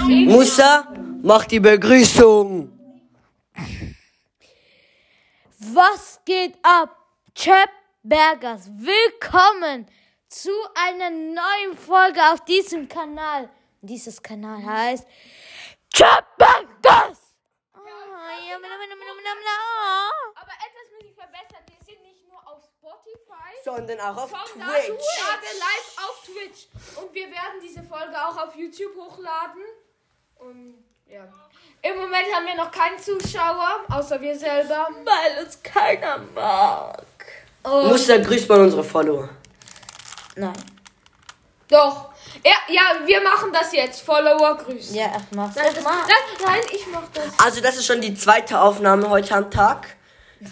Musa, mach die Begrüßung. Was geht ab? Chap Bergers. Willkommen zu einer neuen Folge auf diesem Kanal. Dieses Kanal heißt Chap Bergers. Ah, ja, mla, mla, mla, mla, mla. Aber etwas muss ich verbessern. Wir sind nicht nur auf Spotify, Sondern auch auf sondern Twitch. gerade live auf Twitch. Und wir werden diese Folge auch auf YouTube hochladen. Und ja. Im Moment haben wir noch keinen Zuschauer, außer wir selber. Weil uns keiner mag. Und Musa grüßt mal unsere Follower. Nein. doch. Ja, ja, wir machen das jetzt. Follower grüßen. Ja, mach's Nein, doch das, mal. nein, nein, ich mach das. Also das ist schon die zweite Aufnahme heute am Tag.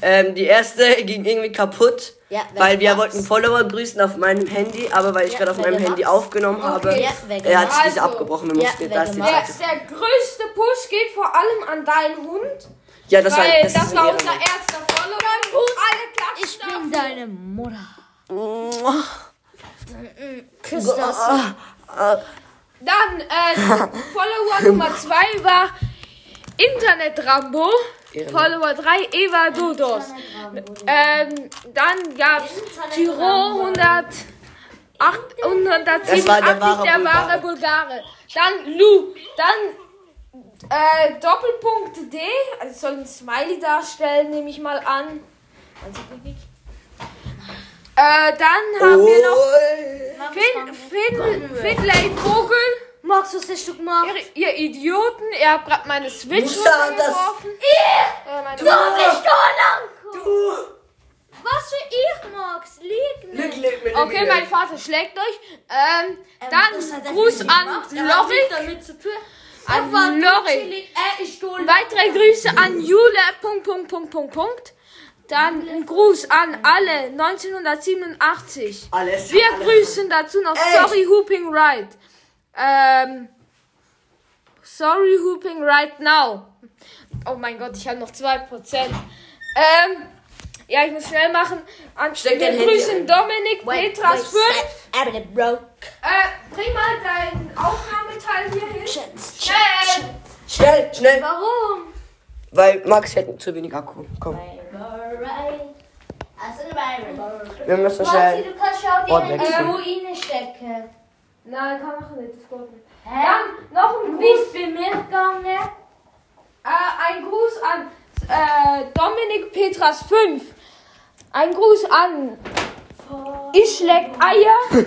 Ähm, die erste ging irgendwie kaputt, Ja, weil wir weggebumst. wollten Follower grüßen auf meinem Handy, aber weil ich Ja, gerade auf meinem Handy weggebumst. aufgenommen habe, Ja, er hat sich weggebumst. diese Also. abgebrochen. Wir Ja, mussten, da ist die Der, zweite. weggebumst. der größte Push geht vor allem an deinen Hund. Ja, das war, weil das das, ist ein war Ehrenmann. unser erster Follower. Alle klatschen Ich bin deine Mutter. Küss das. Ah, Dann äh, Follower Nummer 2 war Internet Rambo. Ehrenmann. Follower 3 Eva Dodos. Ähm, dann gab's Giro 100. 887, Das war der der wahre wahre, der wahre Bulgare. Dann Lu. Dann äh, Doppelpunkt D. Also es soll ein Smiley darstellen, nehme ich mal an. Man sieht mich nicht. Äh, dann haben wir Oh. noch Ui. Finn, Finn, Finlay Vogel, Magst du es ein Stück machen? ihr, ihr Idioten, ihr habt gerade meine Switch Musa, das- runtergeworfen. Äh, meine Ich kann Du, Ah. Was für ich mag's? Lieg Glück, Glück, Glück, Okay, Glück. mein Vater schlägt euch. Ähm, das hat er dann Gruß nicht an gemacht. Er hat nichts Lorik. damit zu tun. An war Lorik. chillig. Äh, ich hol- Weitere Grüße an Jule. Punkt, Punkt, Punkt, Punkt, Punkt. Dann ein Gruß an alle 1987. Alles. Wir alles. grüßen dazu noch Echt? Sorry Hooping Right. Ähm, sorry Hooping Right Now. Oh mein Gott, ich habe noch 2%. Ähm, ja, ich muss schnell machen. An Steck wir dein Handy ein. grüßen Dominik Wait, Petras wait, 5. set. Aber der Bro. Äh, bring mal deinen Aufnahmeteil hier hin. Chats. Schnell! Schnell, schnell. Warum? Weil Max hat zu wenig Akku. Komm, wir müssen Warte, schnell. du kannst ja auch Ort die in die wechseln. Ruine stecken. Nein, kann machen nicht. Das geht nicht. Hä? Dann noch ein Wie Gruß. ist bei mir gegangen? Äh, ein Gruß an äh, Dominik Petras 5. Ein Gruß an Ich schlägt Eier.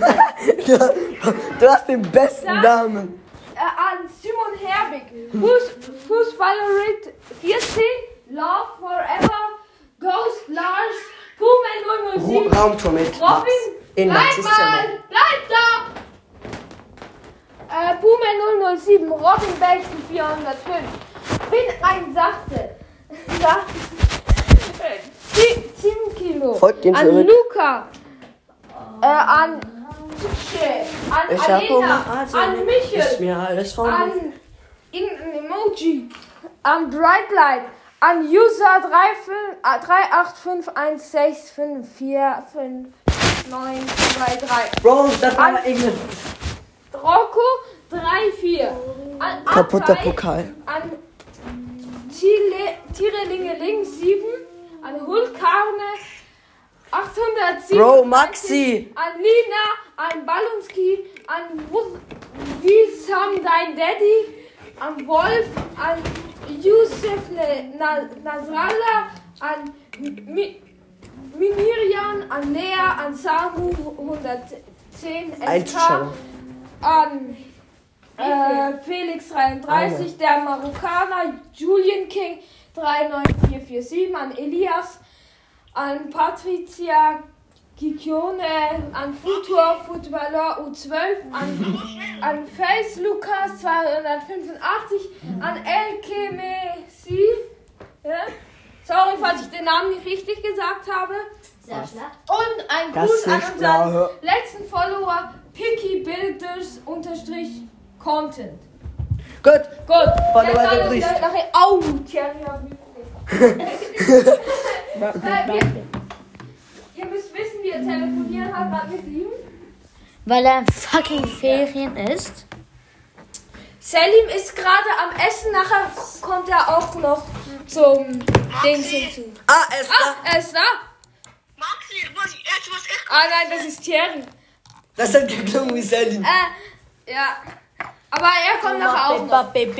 Du hast den besten Namen. Äh, an Simon Herbig. Fuß, Fußballerit 14. Love Forever. Ghost Lars. Puma 007. Raumtour mit Max. Robin. In Max Bleib ist ja mal. Bleib da. Äh, Puma 007. Robin Belsen 405. Bin ein Sachte. Sachte. 10 Kilo. Folgt ihm an zurück. Luca. Äh, an Tsche, an Ich hab um Alena, an Asien, ist Michel, mir alles von. an irgendein Emoji, an Brightlight, an User ah, 38516545923, Bro, das war an- mal irgendein Rocco 34, an kaputter Akai, Pokal. an Chile, Tirelingeling 7, an Hulkarne 807. Bro, Maxi. An Nina, an Balunski, an Wus- Wie Sam Dein Daddy, an Wolf, an Yusuf Ne- Na- Nasrallah, an Mi Minirian, an Lea, an Samu 110 Ein SK, Zuschauer. an äh, Felix 33, der Marokkaner, Julian King 39447, an Elias, an Patricia Gigione, an Futur Footballer U12, an, an Face Lukas 285, an Elke Messi. Ja? Sorry, falls ich den Namen nicht richtig gesagt habe. Sehr schlecht. Und ein Das Gruß an ist unseren klar. letzten Follower Picky Builders unterstrich Content. Gut, Gut, Follower jetzt alle begrüßt. wieder nachher. Au, Thierry, hab ich Weil wir- Ihr müsst wissen, wir telefonieren halt gerade mit ihm. Weil er in fucking Ferien ist. Selim ist gerade am Essen, nachher kommt er auch noch zum Dings hinzu. Ah, Esther. Ah, er ist da. Maxi, was, jetzt muss ich. Ah nein, das ist Thierry. Das hat geklungen wie Selim. Äh, ja. Aber er kommt nachher auch noch. Baby,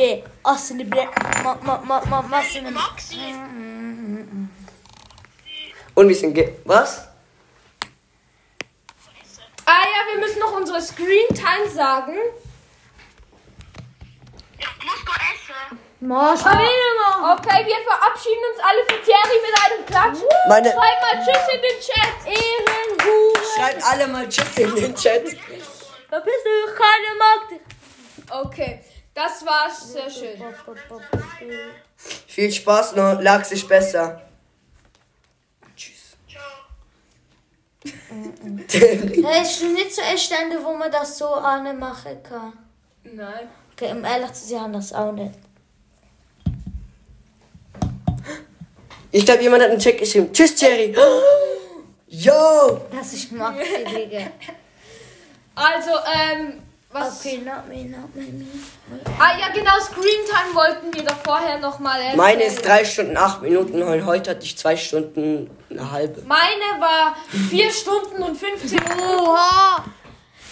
Baby, ma ma ma ma ma ma Maxi, Und wir sind ge... Was? Ah ja, wir müssen noch unsere Screen Time sagen. ich muss nur essen. Okay, wir verabschieden uns alle für Thierry mit einem Klatsch. Meine- Dreimal Tschüss in den Chat. Ehrenruhe. Schreibt alle mal Tschüss in den Chat. Verpiss dich, keine mag dich. Okay, das war's. Sehr schön. Viel Spaß noch. Lag sich besser. Tschüss. Terry. Es ist schon nicht so echt Stände, wo man das so ane machen kann. Nein. Okay, im Ehrlich zu haben das auch nicht. Ich glaube, jemand hat einen Check geschrieben. Tschüss, Jerry. Yo. Das ist Maxi, Digga. Also, ähm, was? Okay, not me, not me, me. Ah ja, genau, Screen Time wollten wir doch vorher nochmal erzählen. Meine ist 3 Stunden 8 Minuten und heute hatte ich 2 Stunden eine halbe. Meine war 4 Stunden und 15 Minuten. Oha!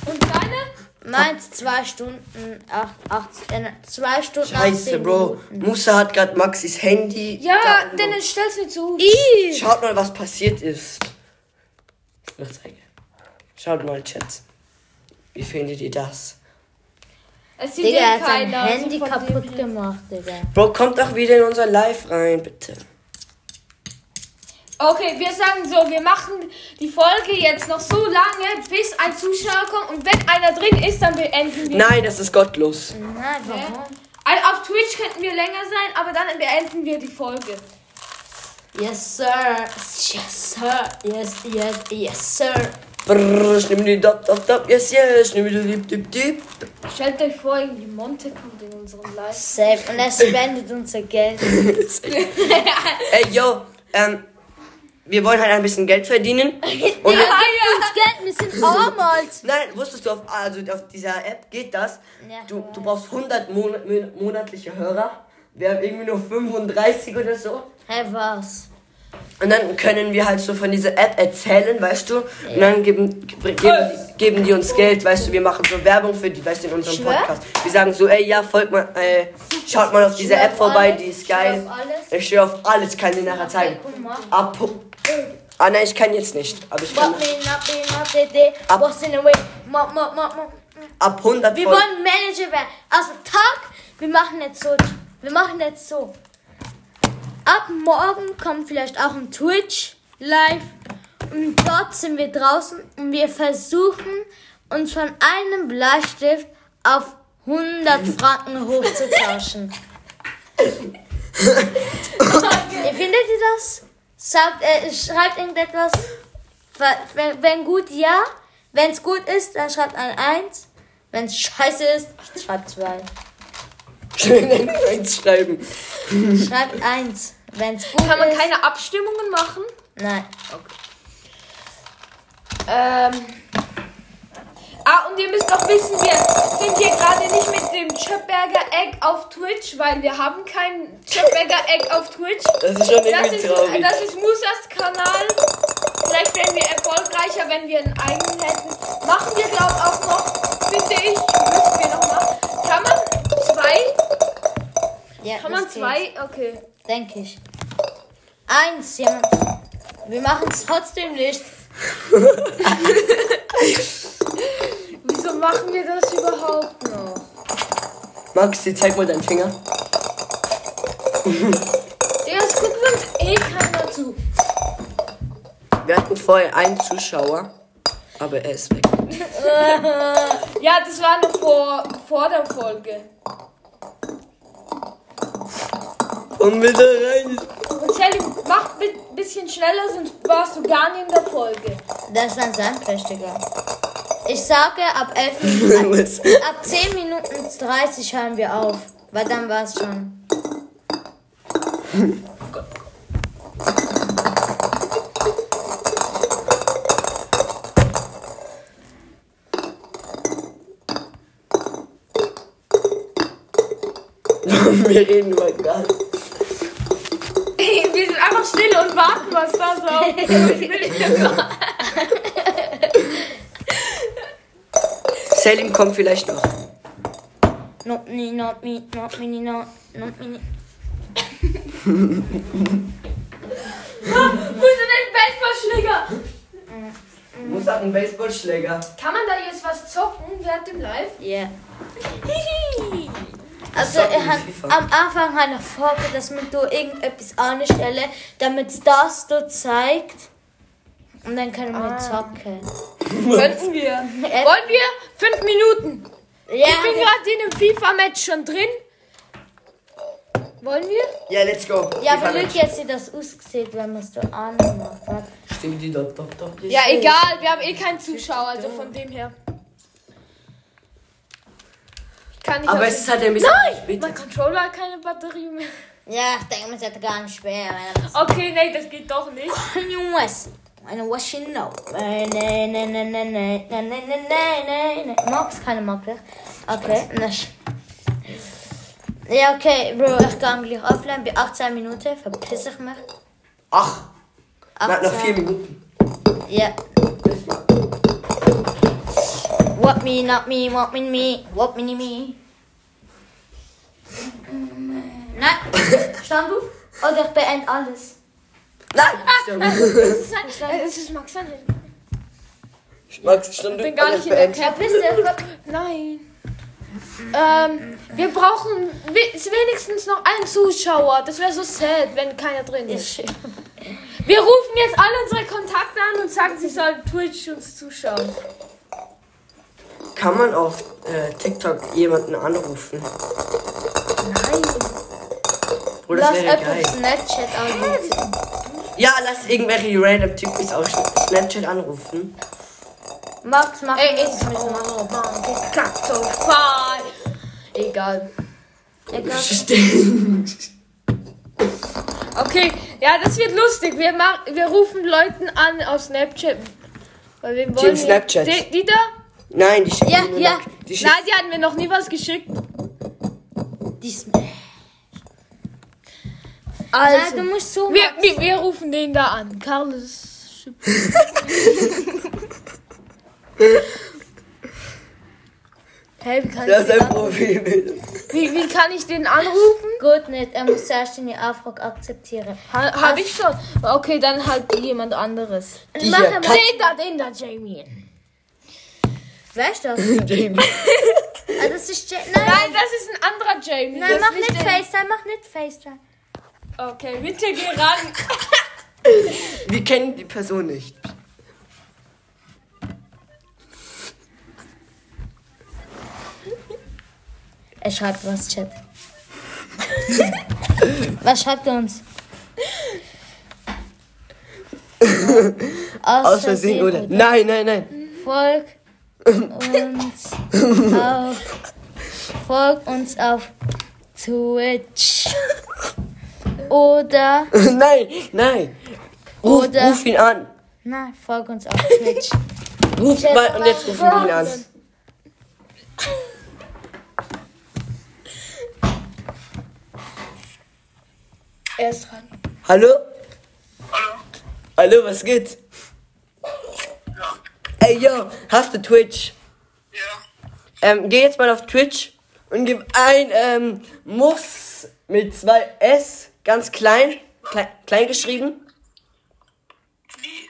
Und deine? Meins zwei Stunden, acht, acht, äh, zwei Stunden, Scheiße, 18 Bro. Minuten. Musa hat gerade Maxis Handy. Ja, da- Dennis, stell's mir zu. Ih! Schaut mal, was passiert ist. Ich zeige. Schaut mal, Chats. Wie findet ihr das? Es sieht Digga, er ja hat sein keiner. Handy also von dem kaputt her. gemacht, Digga. Bro, kommt doch wieder in unser Live rein, bitte. Okay, wir sagen so, wir machen die Folge jetzt noch so lange, bis ein Zuschauer kommt. Und wenn einer drin ist, dann beenden wir. Nein, das ist gottlos. Nein, warum? Also auf Twitch könnten wir länger sein, aber dann beenden wir die Folge. Yes, sir. Yes, sir. Yes, yes, yes, sir. Brrr, ich nehme die Dop, Dop, Dop, yes, yes, ich nehme die Dip, Dip, Dip. Stellt euch vor, irgendwie Monte kommt in unseren Live. Safe. Und er spendet unser Geld. Ey, yo, ähm, wir wollen halt ein bisschen Geld verdienen. Und wir, uns Geld, wir sind arm, Alter. nein, wusstest du, auf, also auf dieser App geht das. Ja, Du, du brauchst 100 Mon Mon- monatliche Hörer. Wir haben irgendwie nur 35 oder so. Hey, was? Und dann können wir halt so von dieser App erzählen, weißt du? Und dann geben, ge- geben, geben die uns Geld, weißt du? Wir machen so Werbung für die, weißt du, in unserem Schwör? Podcast. Wir sagen so, ey, ja, folgt mal, äh, schaut mal auf diese Schwör App auf vorbei, alles, die ist schwör geil. auf alles. Ich stehe auf alles, kann dir nachher zeigen. Apo ah, nein, ich kann jetzt nicht, aber ich kann What me, not me, not the day. Ab- What's in the way? Ma, ma, ma, ma. ab 100 Wir Fol- wollen Manager werden. Also, Tag, wir machen jetzt so. Wir machen jetzt so. Ab morgen kommt vielleicht auch ein Twitch live. Und dort sind wir draußen und wir versuchen, uns von einem Bleistift auf 100 Franken hochzutauschen. Ihr findet ihr das? Sagt, äh, schreibt irgendetwas. Ver- Wenn, wenn gut, ja. Wenn es gut ist, dann schreibt ein 1. Wenn es scheiße ist, schreibt 2. schön ein- einschreiben. Schreibt 1. Wenn es gut Kann man ist. keine Abstimmungen machen? Nein. Ähm. Ah, und ihr müsst noch wissen, wir sind hier gerade nicht mit dem Chöpberger Egg auf Twitch, weil wir haben kein Chöpberger Egg auf Twitch. Das ist schon Das irgendwie ist, traurig. das ist Musas Kanal. Vielleicht wären wir erfolgreicher, wenn wir einen eigenen hätten. Machen wir, glaube ich, auch noch. Finde ich. Müssen wir noch machen. Kann man zwei? Ja, Kann das man geht. zwei? Okay. Denke ich. Eins, ja. Wir machen es trotzdem nicht. Wieso machen wir das überhaupt noch? Maxi, zeig mal deinen Finger. Ja, es guckt uns eh keiner zu. Wir hatten vorher einen Zuschauer, aber er ist weg. Ja, das war noch vor, vor der Folge. Komm bitte rein. Und Sally, mach ein bisschen schneller, sonst warst du gar nicht in der Folge. Das ist ein Sandflächiger. Ich sage, ab 11 Minuten. ab 10 Minuten 30 hören wir auf. Weil dann war es schon. Wir reden über Gas. Wir sind einfach still und warten, was da so. Selim kommt vielleicht noch. Not me, not me, not me, not, not me. Wo ist denn ein Baseballschläger? Muss hat einen Baseballschläger. Kann man da jetzt was zocken während dem Live? Yeah. Also er hat, am Anfang hat er vorgedacht, dass man da irgendetwas anstelle, damit es das da zeigt. Und dann können wir zocken. Könnten wir. Wollen wir? Fünf Minuten. Ja, Ich bin gerade in einem FIFA-Match schon drin. Wollen wir? Ja, let's go. ja wir lügen jetzt, wie das aussieht, wenn man es da angemacht hat. Stimmt die dort, dort, dort. Ja, egal. Wir haben eh keinen Zuschauer, also von dem her. Ich kann nicht Aber es ist halt ein bisschen Mein später. Controller hat keine Batterie mehr. Ja, ich denke, man sollte gar nicht schwer. Okay, nee, das geht doch nicht. Jungs, eine Washing No. Nein, nein, nein, nein, nein, nein, nein, nein, nein, nein, nein. Magst keine Marke? Okay, na sch- Ja, okay, Bro, ich gehe gleich offline. Bei 18 Minuten verpiss ich mich. Ach, man hat noch 18. vier Minuten. Ja. What me, not me, what me, me, what me, me. Nein, Standuf oder ich beende Oh, alles. Ah. Nein! Stimmt. Es ist Max an Max, stimmt. Ich bin gar nicht in der Beenden. Klappe. Nein. Ähm, wir brauchen we- wenigstens noch einen Zuschauer. Das wäre so sad, wenn keiner drin ist. Wir rufen jetzt alle unsere Kontakte an und sagen, sie sollen Twitch uns zuschauen. Kann man auf äh, TikTok jemanden anrufen? Nein. Bro, das Lass wäre Apple geil. Snapchat anrufen. Ja, lass irgendwelche random Typis auf Snapchat anrufen. Max, mach Ey, ich hab mal Oh Mann, gekackt so voll. Egal. Stimmt. Okay, ja, das wird lustig. Wir, mach, wir rufen Leuten an auf Snapchat. Weil wir wollen Snapchat. Die, die da? Nein, die schicken Ja, nur ja. Nach, die schicken Nein, die hatten mir noch nie was geschickt. diesen. Also, du musst so. Wir, wir, wir rufen den da an. Carlos. Schipp- hey, wie kann, das ist ich den ein an, Profilbild. wie, wie kann ich den anrufen? Gut nicht, er muss zuerst in die Anfrage akzeptieren. Ha, hab ich schon. Okay, dann halt jemand anderes. Die Mach hier, aber- Kat- Den da, den da, Jamie. Weißt du das? Jamie. Ah, das ist Ja- Nein, Nein, das ist ein anderer Jamie. nein, das mach ist nicht der- FaceTime, mach nicht FaceTime. Okay, bitte geh ran. Wir kennen die Person nicht. Er schreibt was, Chat. was schreibt er uns? Aus, Aus Versehen, oder? Nein, nein, nein. Folg uns auf folg uns auf Twitch oder nein, nein. Ruf, Oder- ruf ihn an. na folg uns auf Twitch. Ruf mal und jetzt rufen wir ihn an. Er ist dran. Hallo? Hallo, was geht? Ey, yo, hast du Twitch? Ja. Ähm, geh jetzt mal auf Twitch und gib ein ähm, Muss mit zwei S, ganz klein, klein, klein geschrieben. Wie?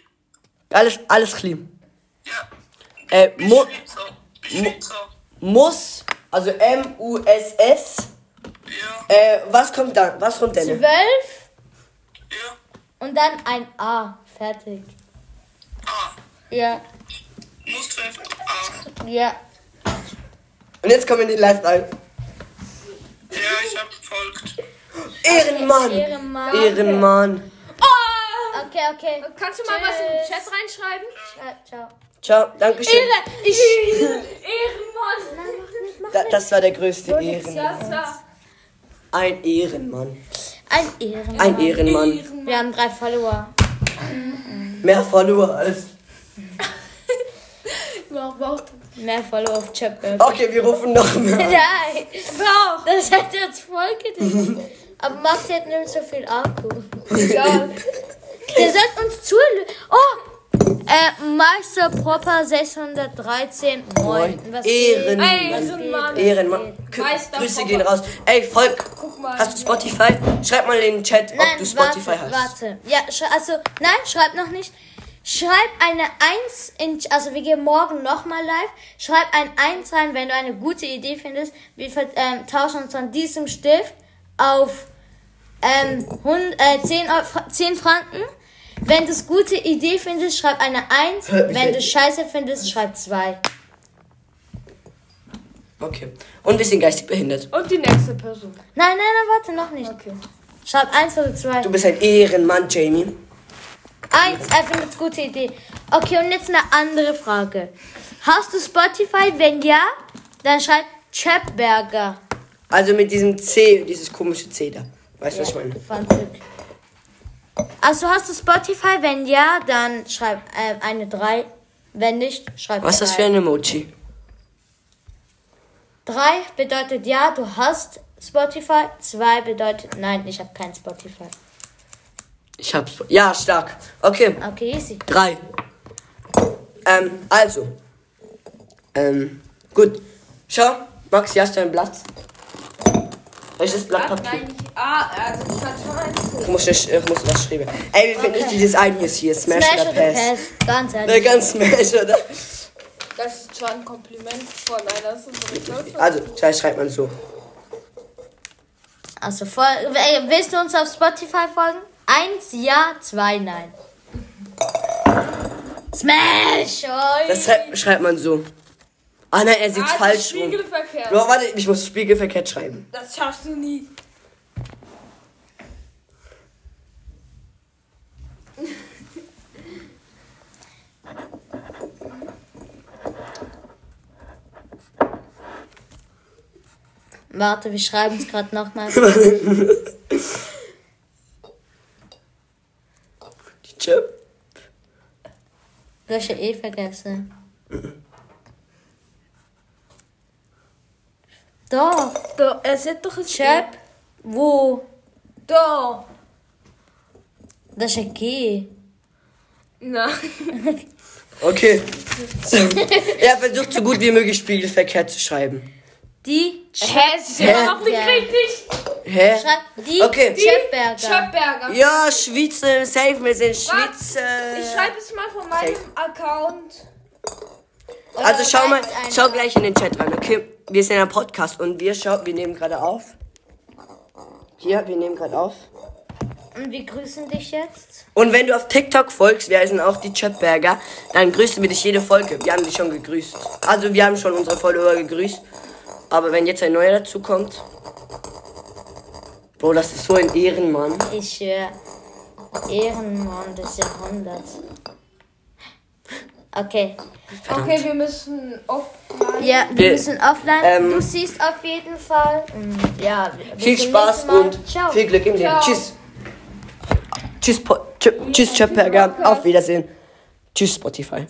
Alles, alles clean. Ja. Äh, Mu Bestimmt so. Bestimmt so. Muss, also M-U-S-S. Ja. Äh, was kommt dann? Was kommt denn? Zwölf Ja. und dann ein A. Fertig. Ah. Ja, Muss 12. Ah. ja. Und jetzt kommen wir in den Live rein. Ja, ich hab gefolgt. Ehrenmann! Ehrenmann. Ehrenmann. Oh! Okay, okay. Kannst du mal was in den Chat reinschreiben? Ciao, ciao. Ciao, Dankeschön. Ich. Ehrenmann! Da, das war der größte Ehrenmann. Das war. Ein Ehrenmann. Ein Ehrenmann. Ein Ehrenmann. Wir haben drei Follower. Mehr Follower als. Warum braucht das? Mehr Follower auf Chapberg. Okay, wir rufen noch mehr. Nein! Doch! Das hat jetzt voll gedrückt. Aber Max hat nicht so viel Akku. Ja. Der sagt uns zu. Oh! Äh, Meister Proper 613. Moin. Moin. Was Ehren- geht? Ey, wir sind Mann. Ehrenmann. Kü- Meister Grüße Popper. gehen raus. Ey, Volk, Guck mal. hast du Spotify? Schreib mal in den Chat, ob Nein, du Spotify warte, hast. warte. Ja, sch- also, nein, schreib noch nicht. Schreib eine 1 in, also wir gehen morgen nochmal live. Schreib ein 1 rein, wenn du eine gute Idee findest. Wir ver- ähm, tauschen uns von diesem Stift auf ähm, hun- äh, 10, Eu- Fra- 10 Franken. Wenn du es gute Idee findest, schreib eine 1. Hä, ich Wenn will- du Scheiße findest, schreib 2. Okay. Und wir sind geistig behindert. Und die nächste Person. Nein, nein, nein, warte, noch nicht. Okay. Schreib 1 oder 2. Du bist ein Ehrenmann, Jamie. Eins, er findet gute Idee. Okay, und jetzt eine andere Frage. Hast du Spotify? Wenn ja, dann schreib Chapberger. Also mit diesem C, dieses komische C da. Weißt du, was ich meine? Franzig. Also hast du Spotify? Wenn ja, dann schreib ähm, eine 3. Wenn nicht, schreib Was ist das für ein Emoji? 3 bedeutet ja, du hast Spotify. 2 bedeutet nein, ich habe kein Spotify. Ich hab's. Ja, stark. Okay. Okay, easy. Drei. Ähm, also. Ähm, gut. Schau, Max, hier hast du ein Blatt. Welches Blatt Ah, Papier? nein, ich, ah, also ich hatte schon eins. Ich muss, nicht, ich muss was schreiben. Ey, wir finden nicht dieses ein hier, hier. Smash, Smash oder Pass? Ganz Ne, ehrlich. ganz Smash, oder? Das ist zwar ein Kompliment von einer, das ist richtig. Also, vielleicht schreibt man so. Also, voll, ey, willst du uns auf Spotify folgen? Eins ja, zwei nein. Smash! oi. Das schreibt, schreibt man so. Ah nein, er sieht Ah, falsch rum. Spiegelverkehr. Bro, warte, ich muss spiegelverkehrt schreiben. Das schaffst du nie. Warte, wir schreiben es gerade nochmal. Die Chip. Lösche eh vergessen. Doch, Da, er sieht doch ein Chap, wo? Da. Das ist G. Nein. Okay. So. Er versucht so gut wie möglich spiegelverkehrt zu schreiben. Die Hä, es ist überhaupt nicht richtig. Hä? schreibt die Okay. Die Chapberger. Schöpberger. Ja, Schweizer, safe, wir sind Ich Schweizer. schreibe es mal von meinem Account. Also schau mal, Oder schau gleich in den Chat rein, okay? Wir sind ein Podcast und wir schauen, wir nehmen gerade auf. Hier, wir nehmen gerade auf. Und wir grüßen dich jetzt. Und wenn du auf TikTok folgst, wir heißen auch die Chapberger, dann grüßen wir dich jede Folge. Wir haben dich schon gegrüßt. Also wir haben schon unsere Follower gegrüßt. Aber wenn jetzt ein neuer dazu kommt. Bro, das ist so ein Ehrenmann. Ich schwör. Ehrenmann des Jahrhunderts. Okay. Okay, wir müssen offline. Ja, wir Wir- müssen offline. ähm, du siehst auf jeden Fall. mm, Ja, bis Viel zum Spaß nächsten Mal. und Ciao. viel Glück im Leben. Ciao. Tschüss. Tschüss, po Tschüss, Chapberger. Auf Wiedersehen. Tschüss, Spotify.